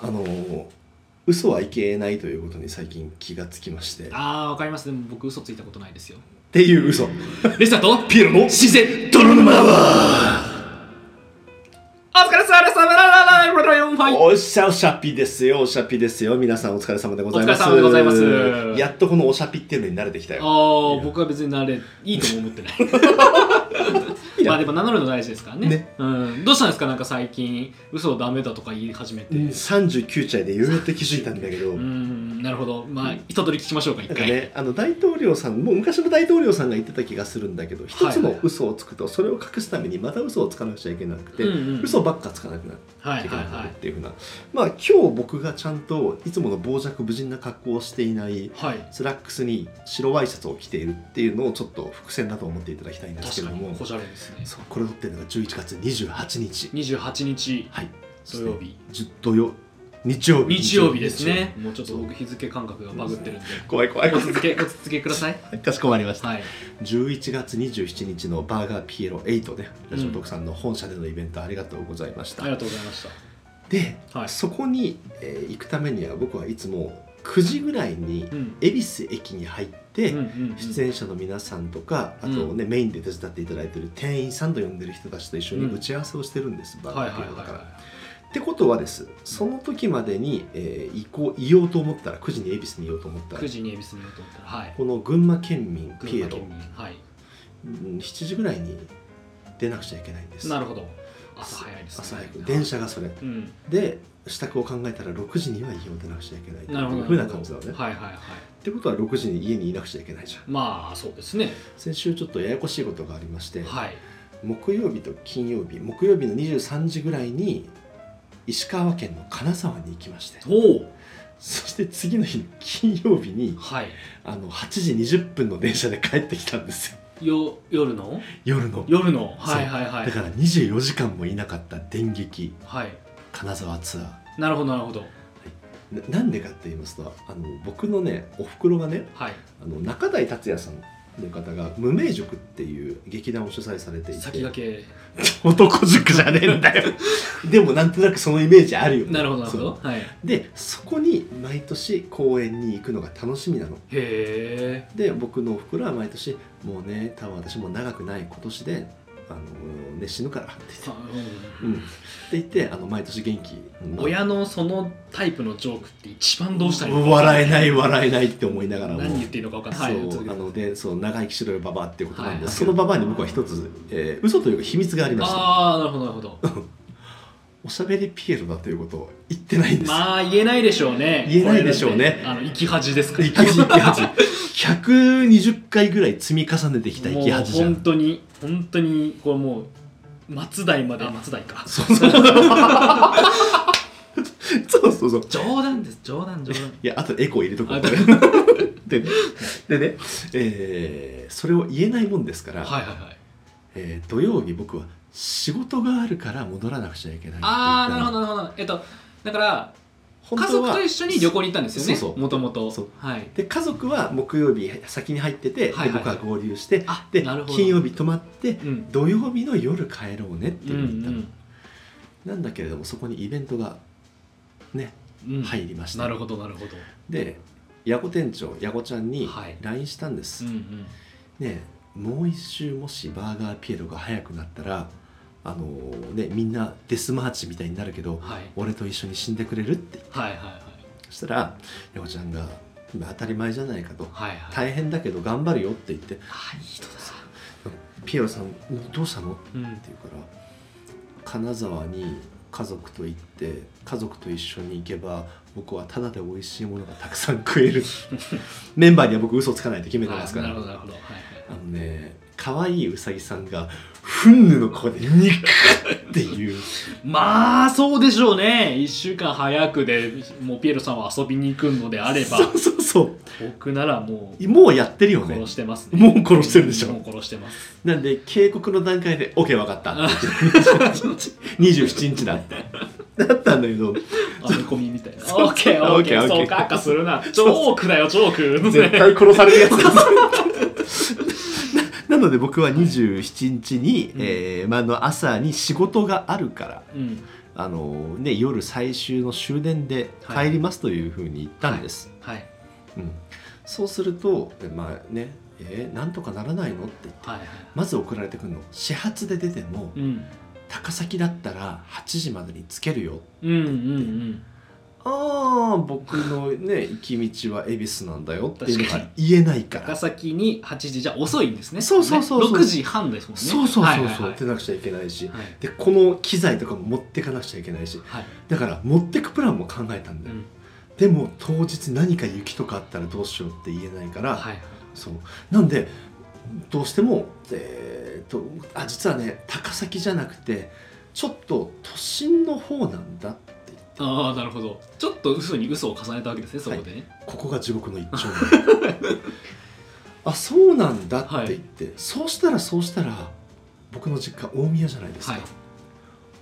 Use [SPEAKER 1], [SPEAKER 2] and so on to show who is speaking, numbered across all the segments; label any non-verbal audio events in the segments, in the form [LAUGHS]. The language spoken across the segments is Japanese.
[SPEAKER 1] あの嘘はいけないということに最近気がつきましてっ
[SPEAKER 2] ああわかりますでも僕嘘ついたことないですよ
[SPEAKER 1] ていう嘘
[SPEAKER 2] レスターとピエロの自然泥沼アワーお疲れ様ですはい
[SPEAKER 1] おっしゃおしゃぴですよおしゃぴですよ皆さんお疲れ様でございます
[SPEAKER 2] お疲れ様でございます
[SPEAKER 1] やっとこのおしゃぴっていうのに慣れてきた
[SPEAKER 2] あ
[SPEAKER 1] よ
[SPEAKER 2] ー僕は別に慣れいいとも思 [LAUGHS] ってない
[SPEAKER 1] いな
[SPEAKER 2] まあでも名乗るの大事ですからね
[SPEAKER 1] ね
[SPEAKER 2] うん、どうしたんですかなんか最近嘘ダメだとか言い始めて
[SPEAKER 1] うん39歳でようやって気づいたんだけど、
[SPEAKER 2] うんなるほどまあ一通り聞きましょうか一
[SPEAKER 1] なんか
[SPEAKER 2] 回、
[SPEAKER 1] ね、あの大統領さんもう昔の大統領さんが言ってた気がするんだけど一つの嘘をつくとそれを隠すためにまた嘘をつかなくちゃいけなくて、
[SPEAKER 2] うんうん
[SPEAKER 1] 嘘ばっかつかなくなっ
[SPEAKER 2] はい
[SPEAKER 1] てく
[SPEAKER 2] はい
[SPEAKER 1] な
[SPEAKER 2] は
[SPEAKER 1] るっ
[SPEAKER 2] い
[SPEAKER 1] ていうふうな、まあ今日僕がちゃんといつもの傍若無人な格好をしていない
[SPEAKER 2] はい
[SPEAKER 1] スラックスに白ワイシャツを着ているっていうのをちょっと伏線だと思っていただきたいんですけ
[SPEAKER 2] 確
[SPEAKER 1] れ
[SPEAKER 2] か
[SPEAKER 1] ども
[SPEAKER 2] にこじゃれですね
[SPEAKER 1] そうこれ撮ってるのが11月28日
[SPEAKER 2] 28日
[SPEAKER 1] はい
[SPEAKER 2] 土曜日
[SPEAKER 1] じゅ土曜日曜日
[SPEAKER 2] 日曜日ですねもうちょっと僕日付感覚がバグってるんで
[SPEAKER 1] 怖い怖い
[SPEAKER 2] お続けお続けください
[SPEAKER 1] かしこまりました
[SPEAKER 2] はい
[SPEAKER 1] 11月27日のバーガーピエロ8ねラジオ特産の本社でのイベントありがとうございまし
[SPEAKER 2] あ
[SPEAKER 1] た、
[SPEAKER 2] りがとうございまし
[SPEAKER 1] で、
[SPEAKER 2] はい
[SPEAKER 1] そこに、えー行くためには僕はいつも9時ぐらいに
[SPEAKER 2] たうん
[SPEAKER 1] 恵比寿駅に入って、
[SPEAKER 2] うんうんうん
[SPEAKER 1] 出演者の皆さんとかあとね、メインで手伝っていただいてる店員さんと呼んでる人たちと一緒に
[SPEAKER 2] うん
[SPEAKER 1] 打ち合わせをしてるんです、バー
[SPEAKER 2] は
[SPEAKER 1] ガ
[SPEAKER 2] い
[SPEAKER 1] ー
[SPEAKER 2] はい
[SPEAKER 1] ピエ
[SPEAKER 2] はい
[SPEAKER 1] ロだから。
[SPEAKER 2] は
[SPEAKER 1] ってことはですその時までに、えー行こういようと思ったら9時に恵比寿にいようと思っ
[SPEAKER 2] い
[SPEAKER 1] たら
[SPEAKER 2] 9時に恵比寿に行こうと思ったらはい
[SPEAKER 1] この群馬県民ピエ
[SPEAKER 2] 群馬
[SPEAKER 1] ロ
[SPEAKER 2] 県民はい
[SPEAKER 1] うん7時ぐらいに出なくちゃいけないんです
[SPEAKER 2] なるほど朝早いですね
[SPEAKER 1] 朝早く
[SPEAKER 2] はい
[SPEAKER 1] 電車がそれ
[SPEAKER 2] うん
[SPEAKER 1] で支度を考えたら6時には家を出なくちゃいけないって
[SPEAKER 2] なるほ
[SPEAKER 1] い
[SPEAKER 2] ど
[SPEAKER 1] うふうな感じだよね、っ
[SPEAKER 2] はいはいはい
[SPEAKER 1] てことは6時に家にいなくちゃいけないじゃん
[SPEAKER 2] まあそうですね
[SPEAKER 1] 先週ちょっとややこしいことがありまして、
[SPEAKER 2] はい
[SPEAKER 1] 木曜日と金曜日木曜日の23時ぐらいに石川県の金沢に行きまして
[SPEAKER 2] おお
[SPEAKER 1] そして次の日の金曜日に
[SPEAKER 2] はい
[SPEAKER 1] あの8時20分の電車で帰ってきたんですよ
[SPEAKER 2] よ夜の
[SPEAKER 1] 夜の
[SPEAKER 2] 夜の
[SPEAKER 1] そう
[SPEAKER 2] はいはいは
[SPEAKER 1] だ
[SPEAKER 2] い
[SPEAKER 1] から24時間もいなかった電撃
[SPEAKER 2] はい
[SPEAKER 1] 金沢ツアー
[SPEAKER 2] なるほどなるほど
[SPEAKER 1] ななんでかって言いますとあの僕のねおふくろがね
[SPEAKER 2] はい
[SPEAKER 1] あの中台達也さんという方が無名塾っていう劇団を主催されていて
[SPEAKER 2] 先駆
[SPEAKER 1] 男塾じゃねえんだよ [LAUGHS] でもなんとなくそのイメージあるよ
[SPEAKER 2] けなるほどなるほど
[SPEAKER 1] そ
[SPEAKER 2] はいへ
[SPEAKER 1] うでそこに毎年公演に行くのが楽しみなの
[SPEAKER 2] え
[SPEAKER 1] で僕のおふくろは毎年もうね多分私も長くない今年であの、ね、死ぬからって言って
[SPEAKER 2] さうん
[SPEAKER 1] うん、って言ってあの毎年元気まあ
[SPEAKER 2] 親のそのタイプのジョークって一番どうしたらいいのか
[SPEAKER 1] 笑えない笑えないって思いながらも
[SPEAKER 2] 何言っていいのか分からない、はい、
[SPEAKER 1] そうあのでそう長生きしろよババアっていうことなんで、
[SPEAKER 2] はいはい
[SPEAKER 1] そのババアに僕は一つ、えー嘘というか秘密がありました
[SPEAKER 2] あーなるほどなるほど
[SPEAKER 1] おしゃべりピエロだということを言ってないんです、
[SPEAKER 2] まあ言えないでしょうね
[SPEAKER 1] 言えないでしょうね
[SPEAKER 2] これなんてあの生き恥ですから
[SPEAKER 1] 生き恥生き恥120回ぐらい積み重ねてきた生き恥じゃ
[SPEAKER 2] もう本
[SPEAKER 1] ん
[SPEAKER 2] 当に本当にこれもう松代まであ松代か
[SPEAKER 1] [LAUGHS] そうそうそうそうそう
[SPEAKER 2] 冗談です冗談冗談
[SPEAKER 1] いやあとエコー入れとこ
[SPEAKER 2] あ
[SPEAKER 1] う
[SPEAKER 2] だ
[SPEAKER 1] [LAUGHS] でねでね、えーそれを言えないもんですから、
[SPEAKER 2] はいはいはい
[SPEAKER 1] えー土曜日僕は仕事があるから戻らなくちゃいけないって言ったの
[SPEAKER 2] ああなるほどなるほどえっとだから
[SPEAKER 1] 本当
[SPEAKER 2] 家
[SPEAKER 1] は
[SPEAKER 2] 族と一緒に旅行に行ったんですよね
[SPEAKER 1] そうそう
[SPEAKER 2] もともと
[SPEAKER 1] そう
[SPEAKER 2] はい
[SPEAKER 1] で家族は木曜日先に入ってて、で
[SPEAKER 2] はいはい
[SPEAKER 1] 僕は合流して
[SPEAKER 2] あ
[SPEAKER 1] で
[SPEAKER 2] なるほど
[SPEAKER 1] 金曜日泊まって
[SPEAKER 2] うん
[SPEAKER 1] 土曜日の夜帰ろうねって
[SPEAKER 2] う
[SPEAKER 1] い
[SPEAKER 2] ん
[SPEAKER 1] うのを言ったの、なんだけれどもそこにイベントがね
[SPEAKER 2] うんうん
[SPEAKER 1] 入りました、
[SPEAKER 2] なるほどなるほど
[SPEAKER 1] で矢後店長矢後ちゃんに
[SPEAKER 2] はい
[SPEAKER 1] LINE したんです、
[SPEAKER 2] うんうん
[SPEAKER 1] ねえもう一周もしバーガーピエロが早くなったらあのねみんなデスマーチみたいになるけど
[SPEAKER 2] はい
[SPEAKER 1] 俺と一緒に死んでくれるって
[SPEAKER 2] はいはいはい
[SPEAKER 1] そしたら矢後ちゃんが当たり前じゃないかと
[SPEAKER 2] はいはい。
[SPEAKER 1] 大変だけど頑張るよって言って
[SPEAKER 2] あいい人だ。
[SPEAKER 1] ピエロさんどうしたの?」って
[SPEAKER 2] うん。
[SPEAKER 1] 言うから金沢に家族と行って家族と一緒に行けば僕はタダで美味しいものがたくさん食
[SPEAKER 2] [LAUGHS]
[SPEAKER 1] えるメンバーには僕嘘つかないと決めてますから
[SPEAKER 2] なるほ
[SPEAKER 1] あ
[SPEAKER 2] どなるほど。はい
[SPEAKER 1] のね可愛いうさぎさんがフンヌの顔で「ニック!」っていう
[SPEAKER 2] はい、まあそうでしょうね。一週間早くでもうピエロさんは遊びに行くのであれば
[SPEAKER 1] そ、うそうそ
[SPEAKER 2] 僕ならもう
[SPEAKER 1] うもうやってるよね
[SPEAKER 2] 殺してますね。
[SPEAKER 1] もう殺してるでし
[SPEAKER 2] も
[SPEAKER 1] ょ
[SPEAKER 2] う殺してます。
[SPEAKER 1] なんで警告の段階で「OK 分か
[SPEAKER 2] [LAUGHS]
[SPEAKER 1] った」27日だってだったんだけど
[SPEAKER 2] アメコミみたいな。オッケー
[SPEAKER 1] オ
[SPEAKER 2] オ
[SPEAKER 1] ッ
[SPEAKER 2] ッ
[SPEAKER 1] ケ
[SPEAKER 2] ケ
[SPEAKER 1] ー
[SPEAKER 2] ー。
[SPEAKER 1] オッケー
[SPEAKER 2] そうかっかする
[SPEAKER 1] [LAUGHS]
[SPEAKER 2] な。ジョークだよジョーク。
[SPEAKER 1] 絶対殺されるやつ [LAUGHS] ですななので僕は27日に、
[SPEAKER 2] うん
[SPEAKER 1] えーまあ、あの朝に仕事があるから
[SPEAKER 2] [LAUGHS] うん。
[SPEAKER 1] あのね、夜最終の終電で帰りますというふうに言ったんです、
[SPEAKER 2] はい
[SPEAKER 1] うん、そうするとえまあねえーなんとかならないのって言って
[SPEAKER 2] はいはい
[SPEAKER 1] まず送られてくるの始発で出ても
[SPEAKER 2] うん
[SPEAKER 1] 高崎だったら8時までに着けるよ
[SPEAKER 2] うんうん
[SPEAKER 1] ああ僕のね行き道は恵比寿なんだよっていうの
[SPEAKER 2] 確か
[SPEAKER 1] が言えないか
[SPEAKER 2] 高
[SPEAKER 1] ら
[SPEAKER 2] 崎に8時じゃ遅いんですね
[SPEAKER 1] そうそうそうそう
[SPEAKER 2] ね6時半ですもんね
[SPEAKER 1] そうそうそうそう、
[SPEAKER 2] はいはいはい
[SPEAKER 1] 出なくちゃいけないし
[SPEAKER 2] はい
[SPEAKER 1] でこの機材とかも持ってかなくちゃいけないし
[SPEAKER 2] はい
[SPEAKER 1] だから持ってくプランも考えたん
[SPEAKER 2] う
[SPEAKER 1] だよ、
[SPEAKER 2] ん
[SPEAKER 1] でも当日何か雪とかあったらどうしようって言えないから、
[SPEAKER 2] はい
[SPEAKER 1] そうなんでどうしてもえーっとあ実はね高崎じゃなくてちょっと都心の方なんだって言って
[SPEAKER 2] ああなるほどちょっと嘘に嘘を重ねたわけですねそこでね
[SPEAKER 1] ここが地獄の一丁目
[SPEAKER 2] [LAUGHS]
[SPEAKER 1] あそうなんだって言って、そうしたらそうしたら僕の実家大宮じゃないですか、
[SPEAKER 2] はい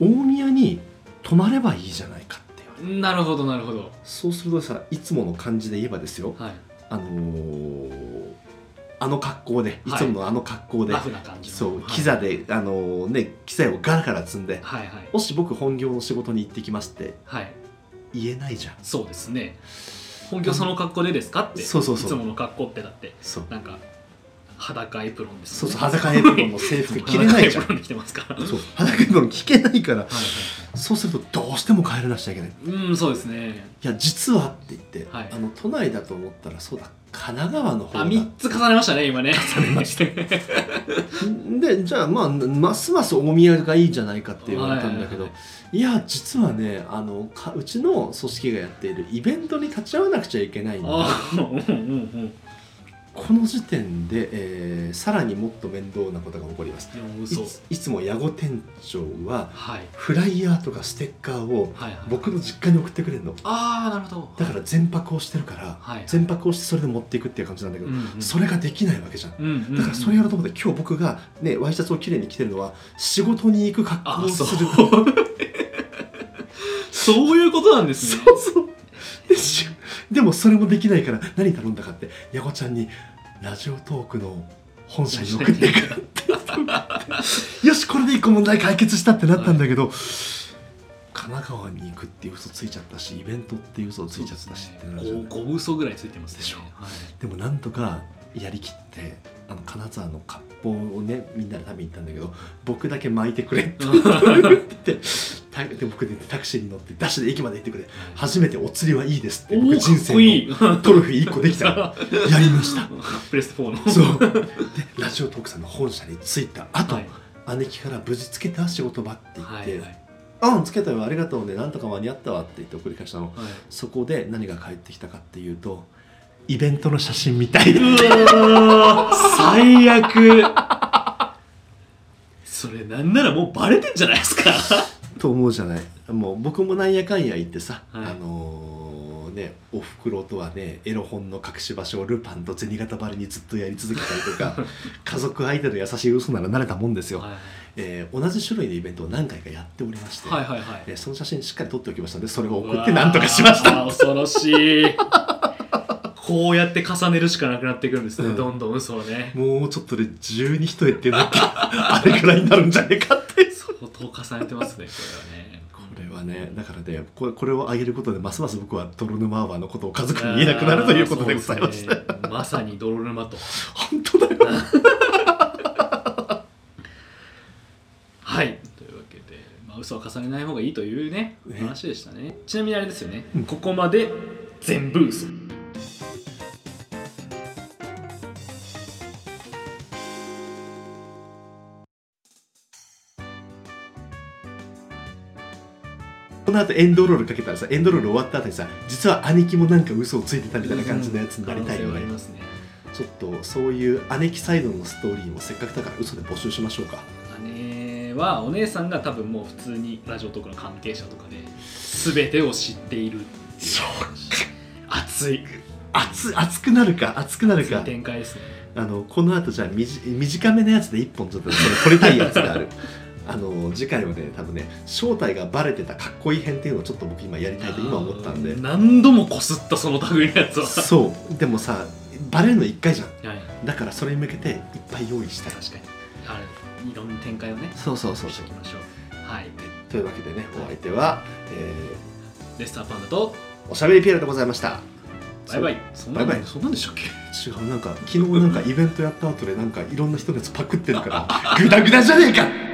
[SPEAKER 1] 大宮に泊まればいいじゃないかって言われて
[SPEAKER 2] なるほどなるほど
[SPEAKER 1] そうするとさいつもの感じで言えばですよ
[SPEAKER 2] はい
[SPEAKER 1] あのーあの格好でい
[SPEAKER 2] はい
[SPEAKER 1] つものあの格好で、
[SPEAKER 2] ラフな感じの
[SPEAKER 1] そう
[SPEAKER 2] はい
[SPEAKER 1] キザで、あのーね機材をガラガラ積んで
[SPEAKER 2] はいはい
[SPEAKER 1] もし僕本業の仕事に行ってきますって
[SPEAKER 2] はい
[SPEAKER 1] 言えないじゃん
[SPEAKER 2] そうですね本業その格好でですかって
[SPEAKER 1] そうそうそう
[SPEAKER 2] つもの格好ってだって
[SPEAKER 1] そう
[SPEAKER 2] なんか裸エプロンで
[SPEAKER 1] そ
[SPEAKER 2] すよ
[SPEAKER 1] う
[SPEAKER 2] ね
[SPEAKER 1] そう裸エプロンも制服着れない
[SPEAKER 2] [LAUGHS]
[SPEAKER 1] じゃん
[SPEAKER 2] 裸エプロンで着てますから
[SPEAKER 1] そう裸エプロン着けないから
[SPEAKER 2] はい
[SPEAKER 1] そうするとどうしても帰らなくちゃいけない
[SPEAKER 2] はいはい、うんそうですね
[SPEAKER 1] いや実はって言って、
[SPEAKER 2] はい
[SPEAKER 1] あの都内だと思ったらそうだ神奈川の方
[SPEAKER 2] あ
[SPEAKER 1] だ
[SPEAKER 2] 3つ重ねましたね今ね [LAUGHS] 重ねました
[SPEAKER 1] でじゃあまあますます大宮がいいじゃないかって言われたんだけど、
[SPEAKER 2] はい
[SPEAKER 1] いや実はねあのかうちの組織がやっているイベントに立ち会わなくちゃいけないんだ
[SPEAKER 2] ああうんうんうん
[SPEAKER 1] この時点で、えーさらにもっと面倒なことが起こります
[SPEAKER 2] でも
[SPEAKER 1] い
[SPEAKER 2] 嘘
[SPEAKER 1] ついつも矢後店長は
[SPEAKER 2] はい
[SPEAKER 1] フライヤーとかステッカーを
[SPEAKER 2] はいはい
[SPEAKER 1] 僕の実家に送ってくれるの
[SPEAKER 2] ああなるほど
[SPEAKER 1] だから全泊をしてるから、
[SPEAKER 2] はい
[SPEAKER 1] 全泊をしてそれで持っていくっていう感じなんだけど、
[SPEAKER 2] うんうん
[SPEAKER 1] それができないわけじゃん
[SPEAKER 2] うんうんうん
[SPEAKER 1] だからそれやろうと思って今日僕がねワイシャツをきれいに着てるのは仕事に行く格好
[SPEAKER 2] あ
[SPEAKER 1] を
[SPEAKER 2] そう [LAUGHS]
[SPEAKER 1] する
[SPEAKER 2] そういうことなんですね
[SPEAKER 1] そうそうでしでもそれもできないから何頼んだかって矢後ちゃんにラジオトークの本社に送ってくらってよしこれで一個問題解決したってなったんだけど、神奈川に行くっていう嘘ついちゃったしイベントっていう嘘をついちゃったしってなるじゃない
[SPEAKER 2] 5分嘘ぐらいついてますね
[SPEAKER 1] でしょ
[SPEAKER 2] はい
[SPEAKER 1] でもなんとかやりきってあの金沢の割烹をねみんなで食べに行ったんだけど僕だけ巻いてくれ [LAUGHS] って言っててたで僕でタクシーに乗ってダッシュで駅まで行ってくれ初めてお釣りはいいですって
[SPEAKER 2] お
[SPEAKER 1] 僕
[SPEAKER 2] おか
[SPEAKER 1] 人
[SPEAKER 2] っ
[SPEAKER 1] 生
[SPEAKER 2] こいい
[SPEAKER 1] のトロフィー1個できた
[SPEAKER 2] [LAUGHS]
[SPEAKER 1] のやりました
[SPEAKER 2] プレステ4の
[SPEAKER 1] そうでラジオトークさんの本社に着いた後、
[SPEAKER 2] はい
[SPEAKER 1] 姉貴から「無事つけた仕事場」って言っ
[SPEAKER 2] は
[SPEAKER 1] て
[SPEAKER 2] いはい
[SPEAKER 1] 「あんつけたよありがとうねなんとか間に合ったわ」って言って送り返したの
[SPEAKER 2] はい
[SPEAKER 1] そこで何が返ってきたかっていうとイベントの写真みたいな
[SPEAKER 2] 最悪それなんならもうバレてんじゃないですか
[SPEAKER 1] と思うじゃないもう僕もなんやかんや言ってさ、
[SPEAKER 2] はい
[SPEAKER 1] あのーねおふくろとはねエロ本の隠し場所をルパンと銭形ばりにずっとやり続けたりとか
[SPEAKER 2] [LAUGHS]
[SPEAKER 1] 家族相手の優しい嘘なら慣れたもんですよ、
[SPEAKER 2] は
[SPEAKER 1] えー同じ種類のイベントを何回かやっておりまして、
[SPEAKER 2] いはいはいはい
[SPEAKER 1] えーその写真しっかり撮っておきましたのでそれを送って何とかしました
[SPEAKER 2] た恐ろしいこうやって重ねるしかなくなっていくんですね、
[SPEAKER 1] うん
[SPEAKER 2] どんどん嘘をね
[SPEAKER 1] もうちょっとで12人へって
[SPEAKER 2] [LAUGHS]
[SPEAKER 1] なってあれくらいになるんじゃねえかって
[SPEAKER 2] 相当重ねてますねこ
[SPEAKER 1] これはねだからねこれこれを上げることでますます僕は泥沼アワーのことを家族
[SPEAKER 2] れは
[SPEAKER 1] [LAUGHS] に
[SPEAKER 2] ね
[SPEAKER 1] 言えなくなるということでございまして、
[SPEAKER 2] あーそうですねまさに泥沼と
[SPEAKER 1] 本当だよ
[SPEAKER 2] はいというわけで、まあ、嘘は重ねない方がいいというね
[SPEAKER 1] ね
[SPEAKER 2] 話でしたねちなみにあれですよね、
[SPEAKER 1] うん
[SPEAKER 2] ここまで全部嘘
[SPEAKER 1] この後エンドロールかけたらさエンドロール終わった後にさ実は兄貴もなんか嘘をついてたみたいな感じのやつになりたいよ
[SPEAKER 2] 可能性はあり
[SPEAKER 1] ね
[SPEAKER 2] ますね
[SPEAKER 1] ちょっとそういう姉貴サイドのストーリーもせっかくだから嘘で募集しましょうか
[SPEAKER 2] 姉はお姉さんが多分もう普通にラジオトークの関係者とかで全てを知っているそう熱い
[SPEAKER 1] 熱熱くなるか熱くなる
[SPEAKER 2] 熱い
[SPEAKER 1] か
[SPEAKER 2] 展開ですね
[SPEAKER 1] あのこの後じゃあみじ短めのやつで1本ちょっとそれ撮りたいやつが
[SPEAKER 2] [LAUGHS]
[SPEAKER 1] あるあの次回はね多分ね正体がバレてたかっこいい編っていうのをちょっと僕今やりたいと今思ったんで
[SPEAKER 2] あー何度もこすったその類のやつは
[SPEAKER 1] そうでもさバレるの1回じゃん
[SPEAKER 2] はい
[SPEAKER 1] だからそれに向けていっぱい用意したい
[SPEAKER 2] 確かにあれいろんな展開をね
[SPEAKER 1] そうそうそう
[SPEAKER 2] し
[SPEAKER 1] そ
[SPEAKER 2] て
[SPEAKER 1] う
[SPEAKER 2] いきましょうは
[SPEAKER 1] え
[SPEAKER 2] い
[SPEAKER 1] っというわけでねお相手は、え
[SPEAKER 2] レッサーパンダと
[SPEAKER 1] ーおしゃべりピエロでございました
[SPEAKER 2] バイバイそんなん
[SPEAKER 1] バイバイ
[SPEAKER 2] そんなんでしたっけ
[SPEAKER 1] 違うなんか昨日なんかイベントやった後でなんかいろんな人のやつパクってるから [LAUGHS] グダグダじゃねえか